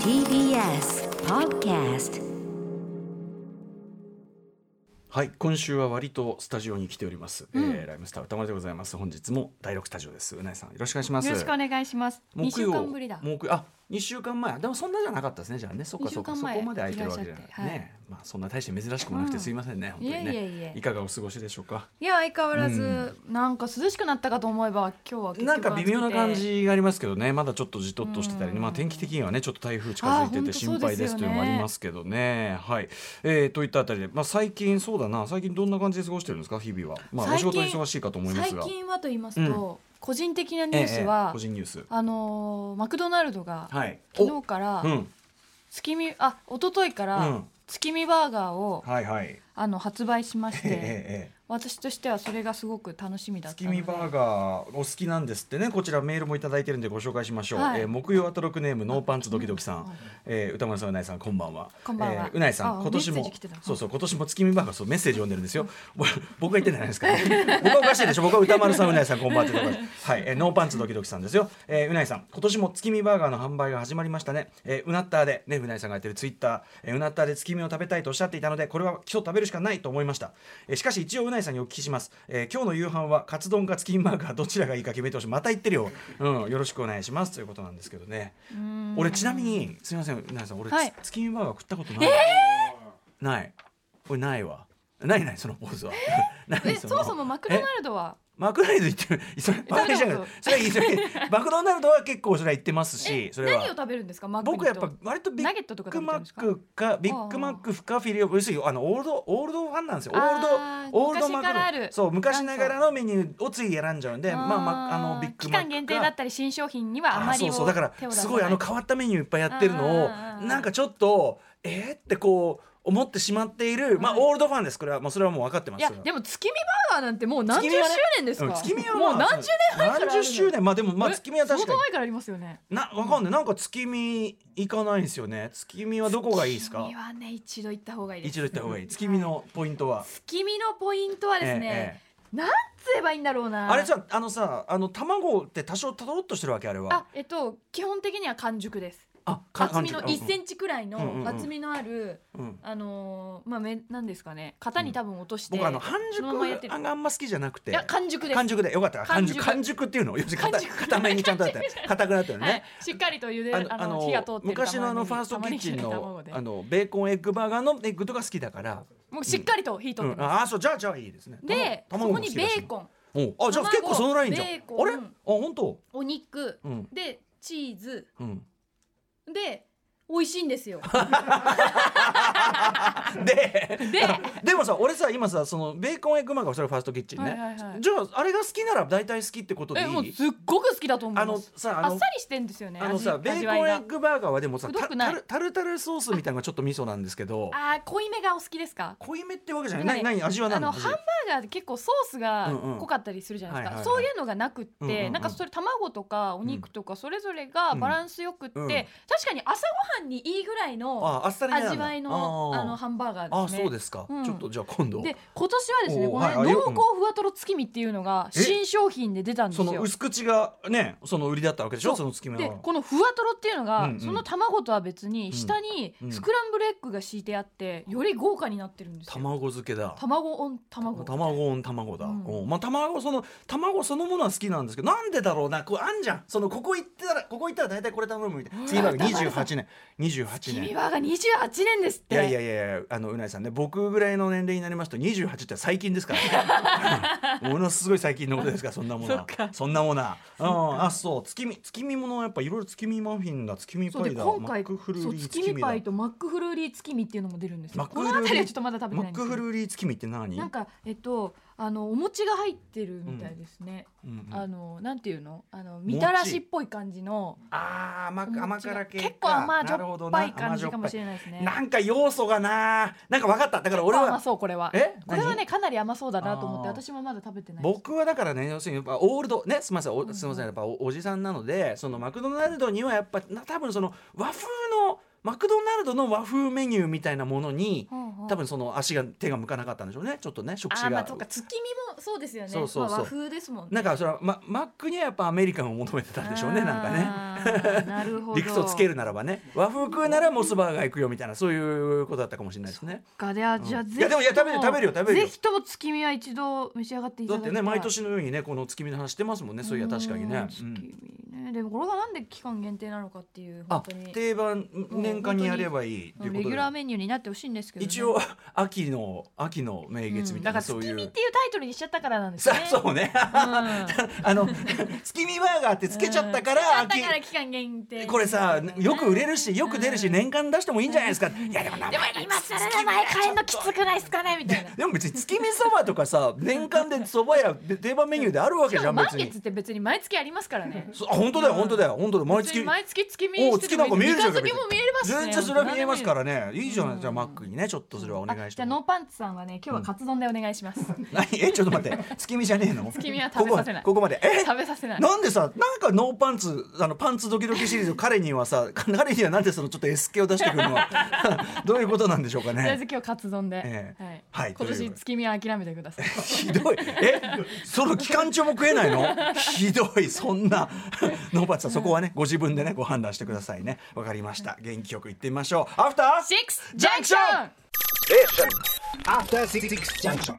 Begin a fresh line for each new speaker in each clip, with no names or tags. TBS Podcast
はい今週は割とスタジオに来ております、えーライムスター歌丸でございます本日も第六スタジオですうなえさんよろしくお願いします
よろしくお願いします。二
木
週
曜
間ぶりだ。
木あ二週間前でもそんなじゃなかったですねじゃあねそっかそっか
二週
そ
間前
こまで空いてるわけじゃない
いらっしゃってはい
ねまあそんな大して珍しくもなくてすいませんね、本当にね
いえいえいえ
かがお過ごしでしょうか
いや相変わらず、なんか涼しくなったかと思えば今日は結局
なんか微妙な感じがありますけどねまだちょっとじとっとしてたりね、
うん
まあ、天気的にはねちょっと台風近づいてて
あ
心配です
本当そうですよね
というのもありますけどねはい、えーといったあたりで、まあ、最近そうだな最近どんな感じで過ごしてるんですか日々は、まあ、お
最
仕
近
事忙しいかと思います
最
が
近はと言いますと、個人的なニュースは、
ええ個人ニュース
あのーマクドナルドが、
はい
昨日から、
おうん
月見あ一昨日から、
うん
月見バーガーを
はいはい
あの発売しまし
えええ
て
え
私としてはそれがすごく楽しみだった
月
ので
見バーガーお好きなんですってねこちらメールもいただいてるんでご紹介しましょう、
はい
えー木曜アトロクネームノーパンツドキドキさん、
うん
えー歌丸さんうないさんこんばんは
こんばんは
えーうないさん
あ
今年
メッセー
も
ジ来てた
そうそう今年も月見バーガーそうメッセージ読んでるんですよ 僕が言ってんじゃないですか、ね、僕はおかしいでしょ僕は歌丸さんうないさんこんばんはってことですはい、えーノーパンツドキドキさんですよ、えーうないさん今年も月見バーガーの販売が始まりましたね、えーうなったーでねうないさんがやってるツイッター、えーうなったーで月見を食べたいとおっしゃっていたのでこれは基礎食べるしかないと思いました、えーしかし一応うないさんにお聞きします、えー今日の夕飯はカツ丼か月見バーガーどちらがいいか決めてほしいまた言ってるよ、うん、よろしくお願いしますということなんですけどね
うん
俺ちなみにすみませんうないさん俺、つ
はい
月見バーガー食ったことない、ない俺ないわないないそのポーズは
え
何
そもそもマクドナ
え
ルドは
マクドナルド行って るそれバカにしないでくださいそれそれマクドナルドは結構それは行ってますしそれ
何を
は
食べるんですかマックに
僕
と
やっぱ割とビ
ナゲッ
ッ
トとか
グ
食べ
マ
てる
ッ
んですか
クかビッグマックかフィレオ要するにあのオールドオールドファンなんですよオールド
あー
オールドマクド
昔からある
そう昔ながらのメニューをつい選んじゃうんでまあまああのビッグマッ
期
クか
間限定だったり新商品にはあまり
そうそうだからすごいあの変わったメニューいっぱいやってるのを
うんうんうんうん
なんかちょっとえー、ってこう思ってしまっているまあ
はい
オールドファンですこれはもうそれはもう分かってま
い
す
やでも月見バーガーなんてもう何十
月見
周
はね
年です
うん
か
月見はま
も
あ
う何十年前からあるの
何十周年まあでもまあ月見は確か
相
に
当前からありますよね
なわかんないなんか月見行かないんですよね月見はどこがいいですか
月見はね一度行った方がいいで
一
す
度行った方がいい月見のポイントは、
月見のポイントはです
え
ね
えええ
なんつえばいいんだろうな
あれじゃあのさあの卵って多少とろっとしてるわけあれは
あえっと基本的には完熟です
あか
厚みの
感じ
1センチくらい
うんうんう
の
ん
厚みのある
うんうん
あのーまあめなんですかね型に多分落として
僕あの半
そのままやっ
熟
てる
あがあんま好きじゃなくて
いや完熟です
完熟でよかった完
完
熟
熟
完熟っていうの要するに
完
固
熟
固めにちゃんとあったよ 固くなったよね、
はい、しっかりと茹であの火が通ってる
昔のあのフ
玉
ァースト
ねぎ
キッチンの
玉ねぎ
あ
卵で
のベーコンエッグバーガーのエッグとか好きだから、
もうしっかりと火通
う
って
ん、
ます、
ああそうじゃあじゃあいいですね
でそ
卵も好
こに
き
ベ
だし
ーコン
おあじゃあ
卵
結構そのラインじゃんあ
ベ
れ
ーコン
あ本当
お肉
うん
でチーズ
うん
で美味しい んですよ
で
で
でもさ俺さ今さそのベーコンエッグバーガーそれファーストキッチンね、
はいはいはい
じゃああれが好きなら大体好きってことでい
えもう
い
すっごく好きだと思
あ
いま
の
す
さ
あ
あ
っ
の
さりしてんですよね
あのさ
味
ベー
味
コ
わい
ンエ
が
ッグバーガーはでもさ
くど
タ
くな
タ
い
ルタルタルソースみたいなのがちょっと味噌なんですけど
あー濃いめがお好きですか
濃いめってわけじゃ
な
なんい
かね
何味は
あ
何
の
の
ハ
味
ンバーガーって結構ソースが
うんうん
濃かったりするじゃないです
はい
か、
はいはい
そういうのがなくって、
うんうんうん
なんかそれ卵とかお肉とかそれぞれがバランスよくって、
うんうん
確かに朝ごはんにいいぐらいの
ああっさりめなんだ
味わいの
あー
あのハンバーガー
あ
です
そう
ね
ですか、
うん
ちょっとじゃあ今度
で今年はですね
おー
このね
はいはい
濃厚ふわとろ月見っていうのが
え
新商品で出たんです
その
よ
薄口がねその売りだったわけでしょその月見
で
は
このふわとろっていうのが、
うんうん
その卵とは別に下に
うん
スクランブルエッグが敷いてあってより豪華になってるんですよ
卵漬けだ
卵オン卵
卵オン卵だ、
うん
うんまあ卵その卵そのものは好きなんですけどなんでだろうなこうあんじゃんそのここ行ったらここ行ったら大体これ頼むみたいな次は28年28
君
年
はが28年ですっ
い
て
やいやいやいやあのうないさんね僕ぐらいの年齢になりますと28って最近ですから ねものすごい最近のことですからそんなものは
そっか
んなものはうんあそう月見月見ものはやっぱいろいろ月見マフィンだ月見
そう
パ
で
イだ
今
マ
回
ックフルー
そう
リー
月見
だ
パイとマックフルーリー月見っていうのも出るんです
マッ
よ
ク
こ
フル
の
ーリー
辺りはちょっとまだ食べ
マッ
てないん
ク
です
フ
け
ル
ど
ーリー月見って何
なんかえっとあのお餅が入ってるみたいですね、
うんうん
あのなんていうのあのみたらしっぽい感じの
あー甘
お餅
く
が
甘辛系か
結構甘じ
なるほ
ょ
ど
っ
な
ぱい感じかもし
甘
れないです
じょっぱ
ね
いなんか要素がななんか分かっただから俺
甘
は
そうこれは
え
これは
何
ねかなり甘そうだなと思って
あー
私もまだ食べてないです
僕はだからね要するにやっぱオールドねすみません
んう
お
ん
すみませんやっぱおおじさんなのでそのマクドナルドにはやっぱな多分その和風のマクドナルドの和風メニューみたいなものに
ほうほう
多分その足が手が向かなかったんでしょうねちょっとね食
あ
事
ーま
が
あそうか月見もそうですよね
そうそうそう
まあ、和風ですもんね
なんかそれはママックにはやっぱアメリカンを求めてたんでしょうねなんかね。
ね。なるほど。
理屈をつけるならばね和風食うならモスバーガー行くよみたいなそういうことだったかもしれないですね
かではじゃあ
うん
ぜひ
いやでもいや食べる
とも
食べるよ食べるよ
ぜひとも月見は一度召し上がっていた
だ
だ
っ
きた
て
い。
ね毎年のようにねこの月見の話してますもんねそういや確かにね
うん、月見ね。でもこれがなんで期間限定なのかっていう
あ
本当に
定番年間にやればいいっていうこ
レギ
と
ュ
で
ラーメニューになってほしいんですけど、ね、
一応 秋の秋の名月みた
だ
いな、
から
そ
月
う
見
い
っていう
う。
タイトルにしちゃったからなんです
さ
ね。
そうね あの月見バーガーってつけちゃったから
うんつけ
秋
ちゃったから期間限定。
これさよく売れるしよく出るし
うん
年間出してもいいんじゃないですかいやでも名
でも
前
今更名前変えんのきつくないですかねみたいな。
でも別に月見そばとかさ年間でそばやで定番メニューであるわけ
し
じ
か
ゃ
も
ん
満
別に
月って別に毎月ありますからね。
そあ本当だよ本当だよ本当だよ毎
別に
月
毎月月見
おう
して
月
ても
なんか見えるじゃん
三日月も見えますね。。
全然それは見えますかららねいいじゃないじゃあマックにねちょっとそれはお願
あ
いし
じゃ
て
あノーパンツさんはね今日はカツ丼でお願いします。
何えちょっと待って月見じゃねえの
月見は食べさせない
ここここまでえ
食べさせない。
なんでさなんかノーパンツあのパンツドキドキシリーズ彼にはさ彼にはなんでそのちょっと S 系を出してくるの はどういうことなんでしょうか
とりあ えず
ね
今日カツ丼で、
ええ
はい
はい
今
という
年月見は諦めてください
ひどいえその期間中も食えないのひどいそんなノーパンツさんそこはねご自分でねご判断してくださいねわかりました元気よくいってみましょうアフター
シックスジャンクション
After Six Junction.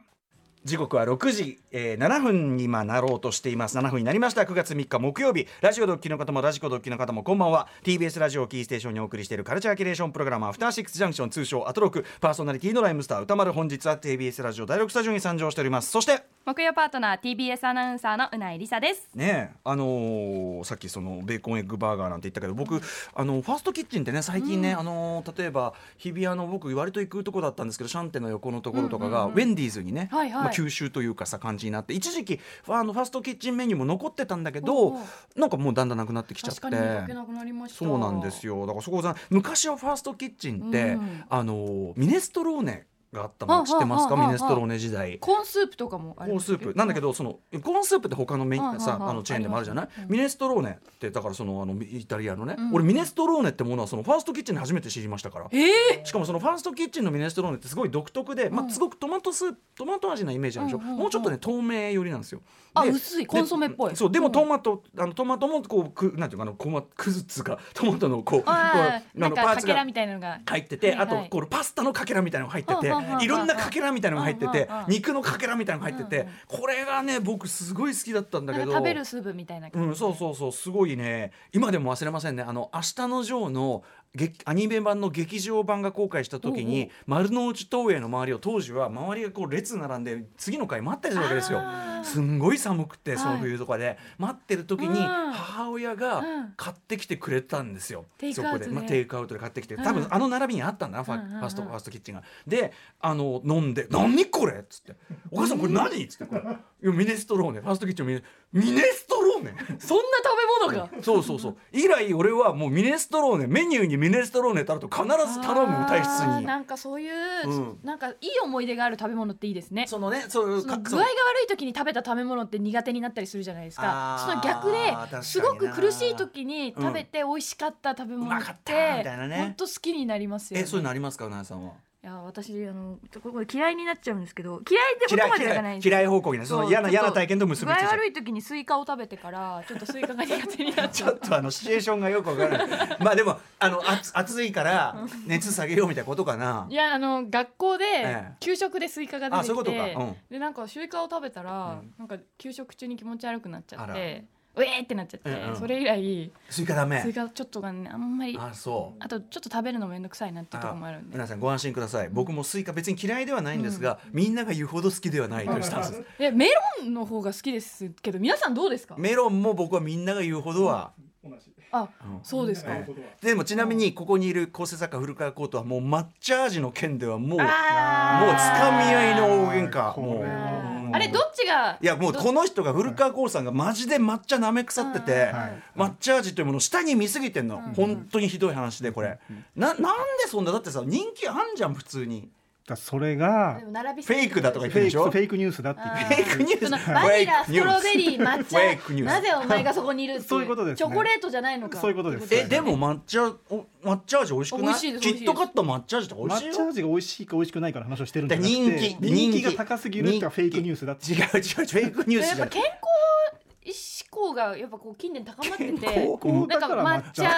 時刻は6時、えー7分に今なろうとしています7分になりました9月3日木曜日ラジオドッキリの方もラジコドッキリの方もこんばんは TBS ラジオをキーステーションにお送りしているカルチャーキュレーションプログラムアフターシックスジャンクション通称アトロクパーソナリティのライムスター歌丸本日は TBS ラジオ第6スタジオに参上しておりますそして
木曜パートナー TBS アナウンサーのうないりさです
ねえあのーさっきそのベーコンエッグバーガーなんて言ったけど僕、あのファーストキッチンってね最近ね、あのー例えば日比谷の僕割と行くとこだったんですけどシャンテの横のところとかが、ウェンディーズにね、
はいはい
まあ、吸収というかさ感じになって一時期あのファーストキッチンメニューも残ってたんだけど、なんかもうだんだんなくなってきちゃって。
確かに見かけなくなりました。
そうなんですよだからそこさ昔はファーストキッチンって、あのーミネストローネがあったの知ってますか
はあはあはあはあ
ミネストローネ時代
コーンスープとかもあ
コ
り
ーン
ます
スープなんだけどそのコーンスープって他のメイン
はいはいはい
さあのチェーンでもあるじゃないミネストローネってだからそのあのイタリアのね俺ミネストローネってものはそのファーストキッチンで初めて知りましたからしかもそのファーストキッチンのミネストローネってすごい独特でまあすごくトマトスープトマト味なイメージあるでしょ
うんうんうん
もうちょっとね透明寄りなんですよ
あ
で
薄いコンソメっぽい
でそうでもトマトあのトマトもこうくなんていうかなこうまくずつがトマトのこうこう
あ
あ
ーな
の
ん
パ
か
ー
か
ツ
けら
が
みたいなのが
入ってて、
はいはい
あとこれパスタのかけらみたいなのが入って
はあはあはあ
て
はあ
いろんなかけらみたいなのが入って
は
て
あはあはあ
肉のかけらみたいなのが入って
うん
てこれがね僕すごい好きだったんだけ
なん
ど
か食べるスープみたいな
う
感じ、
ん、そうそうそうすごいね今でも忘れませんね「あの明日のジョーの」劇アニメ版の劇場版が公開した時に丸の内東映の周りを当時は周りがこう列並んで次の回待ってるわけですよすんごい寒くてその冬とかで、待ってる時に
うん
母親が買ってきてくれたんですよ、
テイク
そ
ア
こ
ウト
で
で
まあ、テイクアウトで買ってきて多分あの並びにあったんだな、ファ
うんうんうん
ファーストファーストキッチンがであの飲んで「何これ?」っつって「お母さんこれ何?」っつってこれいや「ミネストローネファーストキッチンミネミネストローネ」
そんな食べ物が
そうそうそう以来俺はもうミネストローネメニューにミネストローネってあると必ず頼む体質
あー
に
なんかそういう、
うん
なんかいい思い出がある食べ物っていいですね
そのねそういう
その
か
具
そう
合が悪い時に食べた食べ物って苦手になったりするじゃないですか
あ
そ
ー
の逆
確かにな
ですごく苦しい時に食べて美味しかった食べ
う
物
ま
っ
かったみ
て
たいなね
本当好きになりますよ、ね、
えそういうのありますかうなえさんはい
や私あのちょこれ嫌いになっちゃうんですけど嫌いって
嫌
こ
い
とまではいかな
嫌
いん
い
です
嫌い方向にねその嫌な
ちょ
嫌
っと
な体験と結
具
び
合
ついちゃう
悪い時にスイカを食べてからちょっとスイカが苦手になっち
ち
ゃ
ょ
う
っとあのシチュエーションがよくわからないまあでもあの暑暑いから熱下げようみたいなことかない
やあの学校で
ええ
給食でスイカが出てきて、
あそういうことかうん
でなんかスイカを食べたら、なんか給食中に気持ち悪くなっちゃ
あ
っ
ら
てウェーってなっちゃって、
うんうん
それ以来
スイカダ
スイ
メ
カちょっとがねあんまりあ
あそう
とちょっと食べるのめんどくさいなっていうとこもあるんで
皆さんご安心ください僕もスイカ別に嫌いではないんですが、みんなが言うほど好きではないというスタンスです
えメロンの方が好きですけど皆さんどうですか
メロンも僕はみんなが言うほどは
あ、そうですか、
ええでもちなみにここにいる構成作家古川コートはもう抹茶味の件ではもうもうつかみ合いの大喧嘩もう
あれどっちが
いやもうこの人が古川光さんがマジで抹茶なめ腐ってて、抹茶味というものを下に見すぎてんの、本当にひどい話でこれ、ななんでそんなだってさ人気あんじゃん普通に
らそれが
でも並び
フェイクだとか言ってる
フェ
で
イ
し
クフ
ょ
ェイクニュースだって言って
フェイクニュー
そ
ス
のバニラ
フェイ
スト
クニュー
ロ
ス
ベリー抹
フェイクニュ
茶
ース
なぜお前がそこにいるって
そういうことですね
チョコレートじゃないのか
そういうことです
えでも抹茶お抹茶味美味しく
美
な
味しい
い
です
キットカット抹茶味って美味しい
抹
よ
茶味が美味しいか美味しくないかの話をしてるんじゃなくて
人気
人
人
気
気
が高すぎるっていうのがフェイクニュースだって
違う違うフェイクニュー
や
ス
っ
じゃ
ぱ
ない
健康志向がやっぱこう近年高まってて
健康
なんか抹茶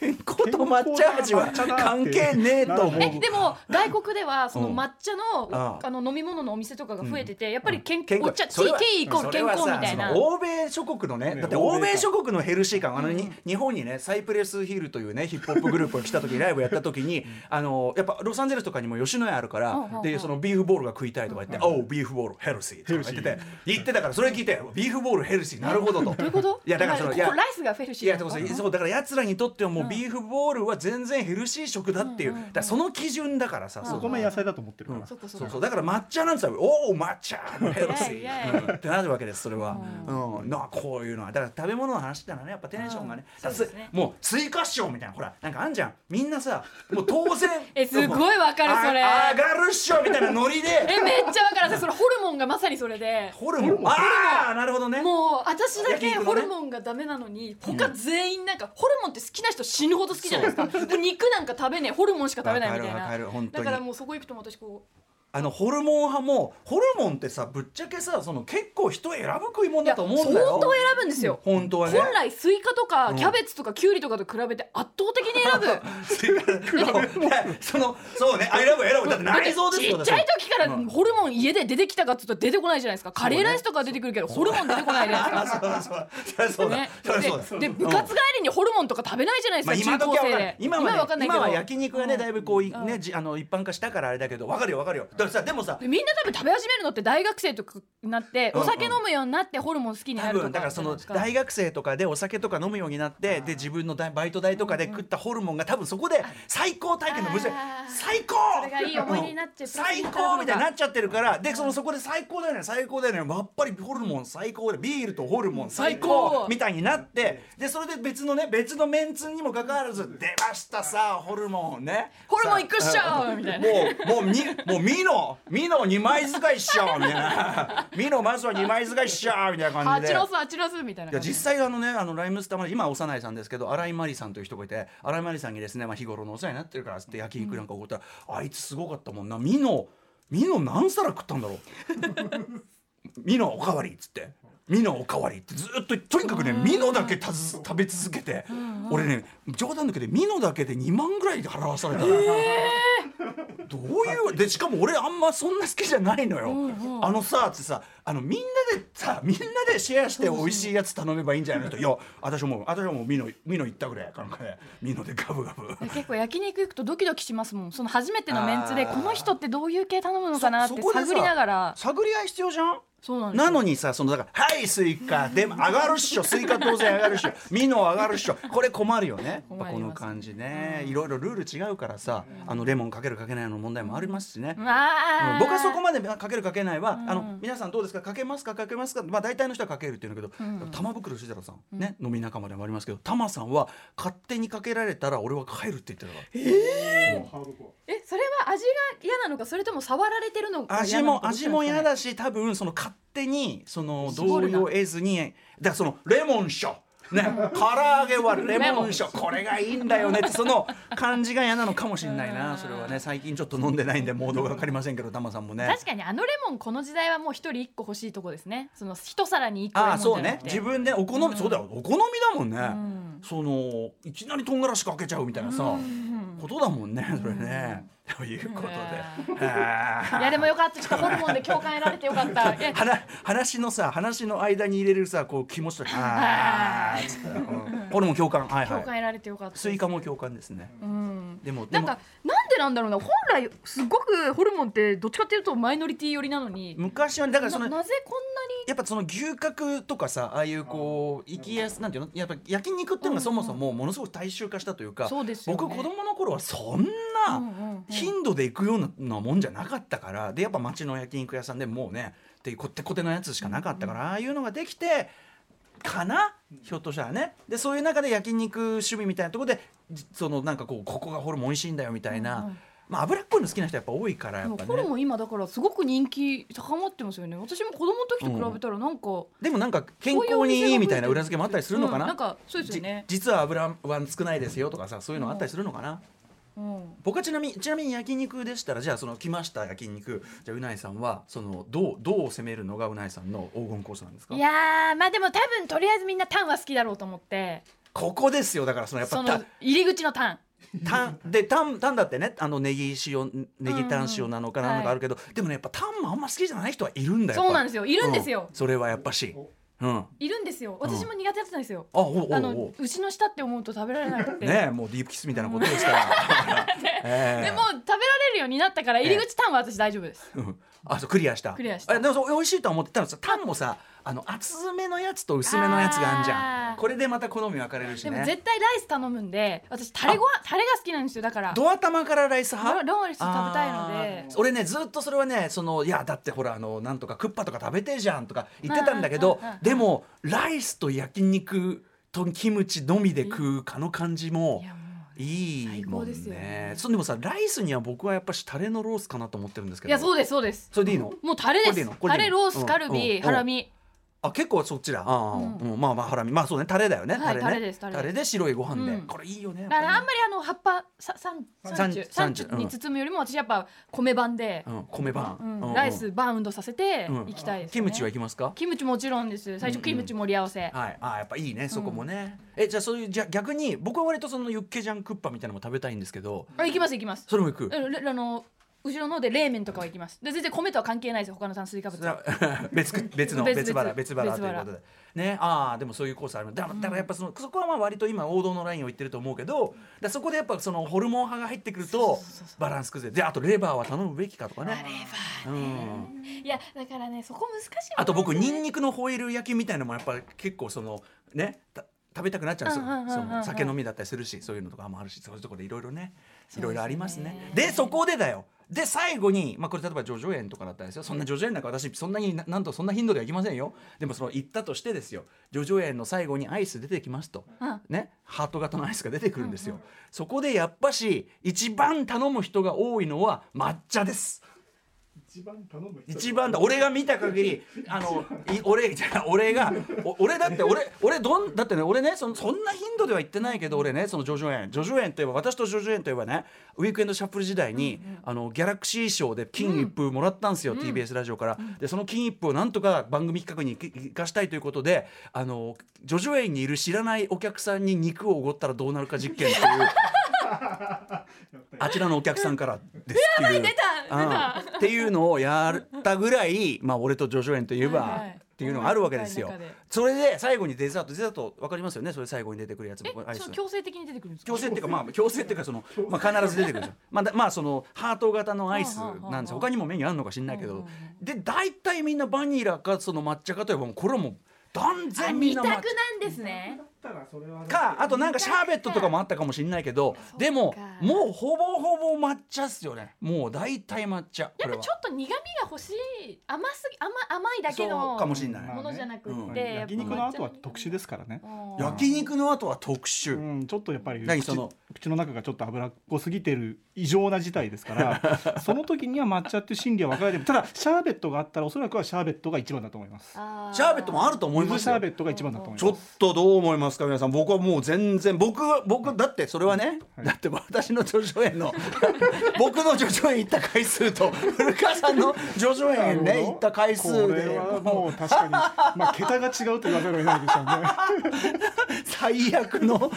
健康と抹茶味は関係ねえと思う
健
えでも外国ではその
うん
抹茶
あ
の
あ
あの飲み物のお店とかが増えててやっぱり健
健康
お茶テ
それ
ィー
は
イコール健康みたいな
それはさその欧米諸国のね
ね
だって欧米諸国のヘルシー感あのに日本にねサイプレスヒルというねヒップホップグループが来た時ライブやった時にあのやっぱロサンゼルスとかにも吉野家あるか
うんうんう
ら
ん
でそのビーフボールが食いたいとか言って「おうビーフボールヘルシー」とか言ってて言ってたからそれ聞いて「ビーフボールヘルシーなるほど」と。
どういうこと
いやだからその
こ
いや
こライスがフェルシ
い
ー
や
な
で
の
もさそうだからやつらにとってはもうビーフボールは全然ヘルシー食だっていう、だからその基準だからさ、
そこも野菜だと思ってるから
そっかそっ
そう
か
そうだから抹茶なんてさ「おお抹茶ヘルシー」
イエイイエイ
うんってなるわけですそれは、うんなこういうのはだから食べ物の話ってのはねやっぱテンションがね,だから、もう追加賞みたいなほらなんかあんじゃんみんなさもう当然
えすごいわかるそれ
あ上がるっしょみたいなノリで
えめっちゃわかる私それホルモンがまさにそれで
ホルモンああなるほどね
もう私だ
焼
け
肉のね
ホルモンがダメなのに他全員なんかホルモンって好きな人死ぬほど好きじゃないですかもう肉なんか食べねえホルモンしか食べないみたい
わかるわかる本
な
当に
だからもうそこ行くともう私こう
あのホルモン派もホルモンってさぶっちゃけさその結構人選ぶ食い物だと思うんだよ
相当選ぶんですよ
本当はね
本 来スイカとか
ん
キャベツとかキュウリとかと比べて圧倒的に選ぶ
そのそうね、アイラブ選ぶだって内臓ですよ
ちっちゃい時から
うん
ホルモン家で出てきたかっつったら出てこないじゃないですかカレーライスとかは出てくるけどホルモン出てこないじゃないですか
そうそうそりゃ そうだ、
ね
そりゃそうだ
でで部活帰りにホルモンとか食べないじゃない
まあ、
ですか、
今
中
時
高
は分
生
かる
で
今
は
は
わかん
ね
ないけ
今
ど
は焼肉がねだいぶこういねじあの一般化したからあれだけど分かるよ分かるよだからさでもさ
でみんな多分食べ始めるのって大学生とかになって
うんう
お
ん
酒飲むようになってホルモン好きになる
多
とか
分だからその
じゃない
大学生とかでお酒とか飲むようになってで自分の大バイト代とかで食ったホルモンが多分そこで最高体験の無事最高
それがいい思い出になっちゃう
最高みたいになっちゃってるからでそのそこで最高だよね最高だよねやっぱりホルモン最高でビールとホルモン最
最
高
高
みたいになってでそれで別のね別のメンツにもかかわらず出ましたさホルモンね
ホルモンいくっしょ
さ
みたい
もうもうみもうミノミノ2枚使いっしょみたい なミノまずは2枚使いっしょみたいな
あ
感
ち
じで
らすあちらすみたいない
や
感じ
実際あのねあのライムスターまで今幼いさんですけど新井真理さんという人がいて新井真理さんにですね、まあ、日頃のお世話になってるからっつって焼肉なんかおごったら、あいつすごかったもんなミノミノ何皿食ったんだろう ミノおかわりっつってミノおかわりってずっととにかくねミノだけたず食べ続けて、俺ね冗談抜けでミノだけで2万ぐらいで払わされたから、どういうでしかも俺あんまそんな好きじゃないのよ、あのさってさあのみんなでさみんなでシェアして美味しいやつ頼めばいいんじゃない のといや私はもう私はもうミノミノ行ったぐらいやからねミノでガブガブ
結構焼肉行くとドキドキしますもんその初めてのメンツで
あー
この人ってどういう系頼むのかなっ
そ
て
こでさ
探りながら
探り合い必要じゃん
そうなんです
なのにさそのだから「はいスイカ」でも上がるっしょスイカ当然上がるっしょミノ上がるっしょこれ困るよねやっぱこの感じねいろいろルール違うからさあのレモンかけるかけないの問題もありますしね、うん
あー
僕はそこまでかけるかけないは、あの皆さんどうですかかけますかかけますか、まあ、大体の人はかけるって言うんだけど、玉袋静太郎さん、ね飲み仲間でもありますけど玉さんは勝手にかけられたら俺は帰るって言ってたから
えそれは味が嫌なのかそれとも触られてるのが
味
嫌なの
も
か
味も嫌だし多分その勝手にその同意を得ずにだからそのレモンショ ね、唐揚げはレモンショこれがいいんだよね ってその感じが嫌なのかもしれないなそれはね最近ちょっと飲んでないんでモードが分かりませんけどタマさんもね
確かにあのレモンこの時代はもう一人一個欲しいとこですねその一皿に一個レ
あ
モ
あ
ンじ
そう
ゃな
ね
くて
自分でお好み、そうだよお好みだもんね、そのいきなり唐辛子かけちゃうみたいなさ、ことだもんねそれね、ということで、あ
いやでもよかったちょっとホルモンで共感得られてよかった え
ー話話のさ話の間に入れるさこう気持ちとかあーっつってうんこれも共感はい
共感
はい
得られてよかった
スイカも共感ですね、でもで
なん
も
かなんでなんだろうな本来すごくホルモンってどっちかっていうとマイノリティ寄りなのに
昔はねだからその
ななぜこん
やっぱその牛角とかさああいうこう生きやすなんていうのやっぱ焼肉っていうのがそもそもものすごく大衆化したというか、
そうですよね
僕子供の頃はそんな頻度で行くようなもんじゃなかったからでやっぱ街の焼肉屋さんでもうねでこってこてのやつしかなかったから、ああいうのができてかなひょっとしたらねでそういう中で焼肉趣味みたいなところでじそのなんかこうここがホルモン美味しいんだよみたいな。まあ、脂っこいの好きな人やっぱ多いからやっぱ
ホル
ね
モン今だからすごく人気高まってますよね私も子供の時と比べたらなんか、
でもなんか健康にいいみたいな裏付けもあったりするのかな,、
うんなんかそうですよ
じ
ね
実は油は少ないですよとかさそういうのあったりするのかな、
うん
僕はちなみにちなみに焼肉でしたらじゃあその来ました焼肉じゃあうないさんはそのどうどう攻めるのがうないさんの黄金コースなんですか
いやーまあでも多分とりあえずみんなタンは好きだろうと思って
ここですよだからそのやっぱ
そ
た
の入り口のタン
タンでタンタンだってねあのネギ塩ネギタン塩なのかななんかあるけど、でもねやっぱタンもあんま好きじゃない人はいるんだよ
そうなんですすよいるんですよ、
それはやっぱしうんあ
いるんですよ私も苦手だったんですよ、
おうおう
あ
お
の
う
牛の舌って思うと食べられなくて、
ねえもうディープキスみたいなことですから、 ええ
でもう食べられるようになったから入り口タンは私大丈夫です、
うんあそうクリアした
クリアした
あでもそう美味しいとは思ってたのさタンもさあの厚めのやつと薄めのやつがあんじゃ
あ
ん
ー
これでまた好み分かれるし
でも
ね
絶対ライス頼むんで私タレご飯タレが好きなんですよだから
ドア玉からライス
ロ
派
ローリス食べたいので
あー俺ねずっとそれはねそのいやだってほらあのなんとかクッパとか食べてえじゃんとか言ってたんだけど
うんうんうんうん
でもライスと焼肉とキムチのみで食うかの感じも
いやも
いいも
最高
ん
ですよ
ね
ね
そうでもさライスには僕はやっぱしタレのロースかなと思ってるんです
う
け
い
ど
やそうですそうです
それでいいの
もうタ
こ
レで
れでいい
す
のこれ
タ
でいい
レ
の
ロースカル
うんうんう
ビ
ん
ハラミ
あ結構そっちだあー、うんまあまあハラミまあそうねタレだよね、タレ
はい
ね
タレですタレです
白いご飯で、
うん
これいいよねやっ
だ
ぱ
か
りね
らあんまりあの葉っぱささん
さん
三中
さん
三
ちゅ
中
うん
に包むよりも私やっぱ米版で、
うん、米版、
うん
うん
ライスバウンドさせて
うん
いきたいです、ね
キムチはいきますか
キムチもちろんです最
うんうん
初キムチ盛り合わせ、
はいあーやっぱいいねそこもね、えじゃあそういうじゃ逆に僕は割とそのユッケジャンクッパみたいなのも食べたいんですけど
あ行きます行きます
それもいく、
うんれあの後ろので冷麺とかは行きますで全然米とは関係ないですよ他の炭水化物
それは 別く別の
別
別腹別
別
腹
別
という
腹
ことでねああでもそういうコースあるだからだからやっぱその、そこはまあ割と今王道のラインを言ってると思うけどだからそこでやっぱそのホルモン派が入ってくるとバランス崩れであとレバーは頼むべきかとかねうん
いやだからねそこ難しいもん
あと僕ニンニクのホイル焼きみたいのもやっぱ結構そのねた食べたくなっちゃうんですよ、
うんうんうんうん
その酒飲みだったりするしそういうのとかもあるしそういうところでいろいろねい
すね
ろいろありますねでそこでだよで最後に、まあ、これ例えば叙々苑とかだったんですよそんな叙々苑なんか私そんなにななんとそんな頻度では行きませんよでもその行ったとしてですよ叙々苑の最後にアイス出てきますと、ね、ハート型のアイスが出てくるんですよ、そこでやっぱし一番頼む人が多いのは抹茶です
一番頼む
一番だ俺が見た限りあのい 俺じゃあ俺がお俺だって俺俺どんだってね俺ねそのそんな頻度では言ってないけど俺ねそのジョジョ園ジョジョ園といえば私とジョジョ園といえばねウィークエンドシャッフル時代に、あのギャラクシー賞で金一封もらったんですよ、TBS ラジオから、でその金一封をなんとか番組企画に生かしたいということであのジョジョ園にいる知らないお客さんに肉をおごったらどうなるか実験 という。あちらのお客さんからですっていう。出た出た。っていうのをやったぐらい、まあ俺とジョジョ園といえば、
はいはい
っていうのがあるわけですよ
思い出深い中で。
それで最後にデザートデザートわかりますよね。それ最後に出てくるやつ。
え
アイス
その強制的に出てくるんですか
強制っていうかまあ強制っていうかそのまあ必ず出てくるんですよ。まあだまあそのハート型のアイスなんですよ。他にもメニューあるのか知んないけど、で大体みんなバニラかその抹茶かといえばもうこれはもう断然みんな抹茶。
なんですね
かあとなんかシャーベットとかもあったかもしれないけどでももうほぼほぼ抹茶っすよねもう大体抹茶こ
やっ
れ
ぱ
は
ちょっと苦味が欲しい甘すぎ甘甘いだけ
そう
の
かもしれない
ものじゃなく
うん
て、やっぱ
焼肉の後は特殊ですからね、
焼肉の後は特殊、
うん、ちょっとやっぱり
何
口
その
口の中がちょっと脂っこすぎてる異常な事態ですから その時には抹茶っていう心理は分からないただシャーベットがあったらおそらくはシャーベットが一番だと思います
シャーベットもあると思いま
水
す
シャ
よ
ーベットが一番だと思います
ちょっとどう思いますか皆さん僕はもう全然僕は僕だってそれはね、だって私の叙々苑の 僕の叙々苑行った回数と古川さんの叙々苑ね行った回数
こ
で
れはもう 確かに、まあ、桁が違うと言わざるを得ないでしょうね。
最悪の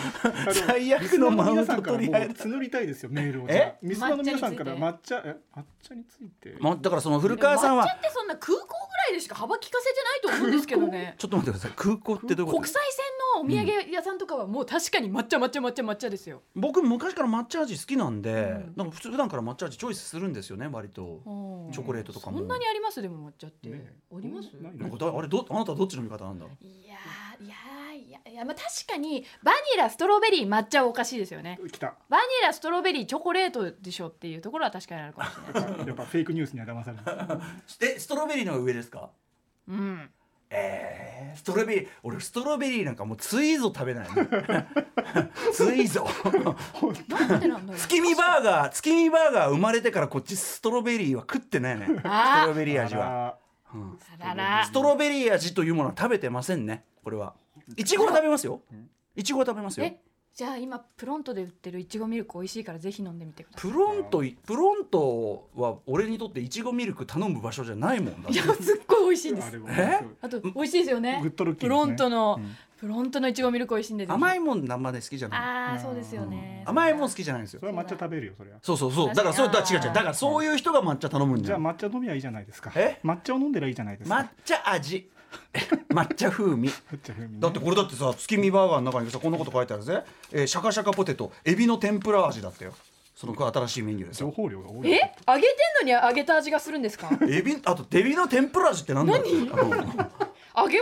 最悪のマウント取り合い
リスナーの皆さんからもう募りたいですよ、メールを。
え
じゃあリスナーの皆さんから抹茶、え抹茶について。
もうだからその古川さんは
抹茶ってそんな空港ぐらいでしか幅利かせじゃないと思うんですけどね
ちょっと待ってください空港ってどういうこと
国際線のお土産屋さんとかはもう確かに抹茶抹茶抹茶抹茶ですよ、
僕昔から抹茶味好きなんで、なんか普通普段から抹茶味チョイスするんですよね割と、
うん
チョコレートとか
そ
も
んなにありますでも抹茶って、
ねえ
あります
ない
な
の
んかだあれどあなたはどっちの味方なんだ
いやーいやーいやいやまあ確かにバニラストロベリー抹茶はおかしいですよね
来た。
バニラストロベリーチョコレートでしょっていうところは確かにあるかもしれない
やっぱフェイクニュースには騙されない。
えストロベリーの方が上ですか
うん
え
ストロベリー俺ストロベリーなんかもうついぞ食べないのついぞ
なんでなんだろう
月見バーガー月見バーガー生まれてからこっちストロベリーは食ってないねストロベリー味は
は
あらら
ストロベリー味というものは食べてませんねこれはいちごは食べますよいちごは食べますよ
えじゃあ今プロントで売ってるいちごミルク美味しいからぜひ飲んでみてくださ
プロントいプロントは俺にとっていちごミルク頼む場所じゃないもんだっ
いい
て
やすっごい美味しいんです
あれは
え
あと美味しいですよね
グッドルッキ
プ
ーですね
ロントの、
うん
プロントのいちごミルク美味しいんでぜひ
甘いもん生で好きじゃない
あ
う
あ
ん
そうですよね
甘いもん好きじゃないんですよ
それは抹茶食べるよそれは
そうそうそうだ
確
か
からに
そうだ違う違うだからそういう人が抹茶頼むん
じ
じ
ゃ
ゃ
あ
ん
抹茶飲みはいいじゃないですか
え
抹茶を飲んでりゃいいじゃないですか
抹茶味抹茶風味
抹茶風味 ね
だってこれだってさ月見バーガーの中にさこんなこと書いてあるぜ、えーシャカシャカポテトエビの天ぷら味だったよその新しいメニューです
情
よ
報量が多い
え揚げてんのに揚げた味がするんですか
エビあとエビの天ぷら味ってなんだよ
揚げ物に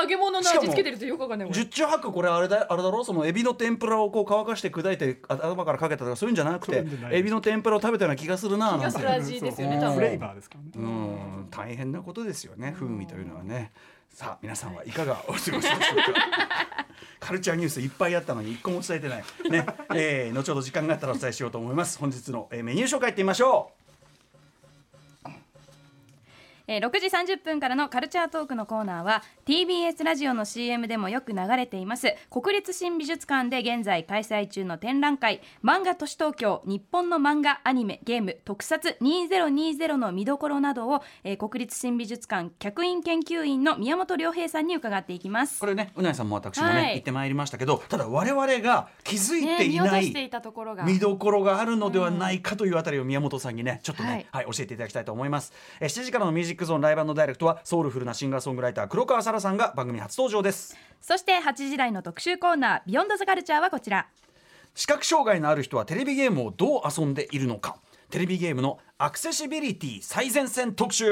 揚げ物の
しか
味
も
つけてるとよくわかんないこれ
十中八九これあれだあれだろそのエビの天ぷらをこう乾かして砕いて頭からかけたとかそういうんじゃなく
そうい
て
うんじゃないです
エビの天ぷらを食べたような気がするな
気
な
が
ん
す
て
る味ですよ
そ
ね
う
多
フ
分
レーバーですからね
うん大変なことですよね風味というのはねさあ皆さんはいかがお過ごしでしょうか カルチャーニュースいっぱいあったのに一個も伝えてない ね、えー後ほど時間があったらお伝えしようと思います本日の、えーメニュー紹介いってみましょう
えー6時30分からのカルチャートークのコーナーは TBS ラジオの CM でもよく流れています国立新美術館で現在開催中の展覧会「漫画都市東京日本の漫画アニメゲーム特撮2020」の見どころなどを、えー国立新美術館客員研究員の宮本良平さんに伺っていきます
こ。れねうないさんも私もね、
はい
行ってまいりましたけどただ我々が気づいて
ね
い
見落
な
と
い、
していたところが
見どころがあるのではないかというあたりを宮本さんにねちょっとね、は
はいい
教えていただきたいと思いますえー7時からの「ミュージックゾーンライブダイレクトはソウルフルなシンガーソングライター黒川沙羅さんが番組初登場です
そして8時台の特集コーナー「ビヨンドザカルチャーはこちら
視覚障害のある人はテレビゲームをどう遊んでいるのかテレビゲームのアクセシビリティ最前線特集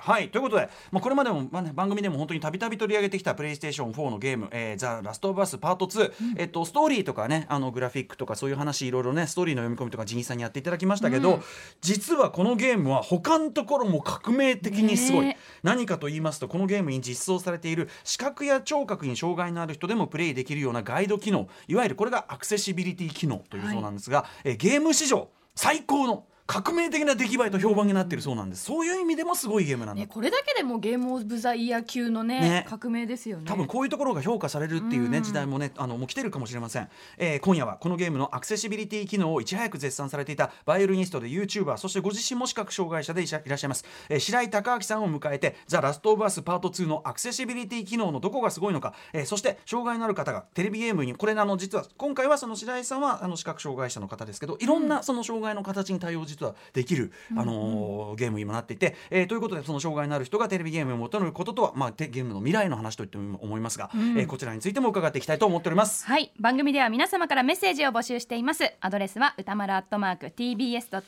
はいということで、まあ、これまでも、まあね、番組でも本当にたびたび取り上げてきたプレイステーション4のゲーム「えー、ザ・ラスト・オブ・アス・パート2、えっとストーリーとかねあのグラフィックとかそういう話いろいろねストーリーの読み込みとかジニーさんにやっていただきましたけど、実はこのゲームは他のところも革命的にすごい、
ね
何かと言いますとこのゲームに実装されている視覚や聴覚に障害のある人でもプレイできるようなガイド機能いわゆるこれがアクセシビリティ機能というそうなんですが、えーゲーム史上最高の革命的な出来栄えと評判になっているそうなんですそういう意味でもすごいゲームなんだ
ね、これだけでもうゲームオブザイヤー級のね
ね
革命ですよね
多分こういうところが評価されるっていうね時代もねあのもう来てるかもしれません、えー今夜はこのゲームのアクセシビリティ機能をいち早く絶賛されていたバイオリニストで YouTuber そしてご自身も視覚障害者でいしゃいらっしゃいます、えー白井孝明さんを迎えて「ザ・ラスト・オブ・アス・パート2」のアクセシビリティ機能のどこがすごいのか、えーそして障害のある方がテレビゲームにこれあの実は今回はその白井さんはあの視覚障害者の方ですけどいろんなその障害の形に対応実はできる、あのーゲームにもなっていて、えーということでその障害のある人がテレビゲームを求めることとは、まあ、てゲームの未来の話と言っても思いますが、えーこちらについても伺っていきたいと思っております。
はい番組では皆様からメッセージを募集していますアドレスは歌丸アットマーク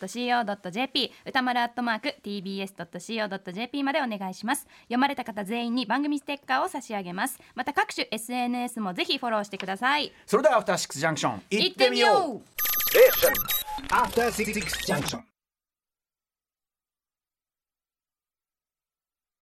tbs.co.jp 歌丸アットマーク tbs.co.jp までお願いします読まれた方全員に番組ステッカーを差し上げますまた各種 SNS もぜひフォローしてください
それではアフターシックスジャンクション
行ってみよう
Station. After Six Junction.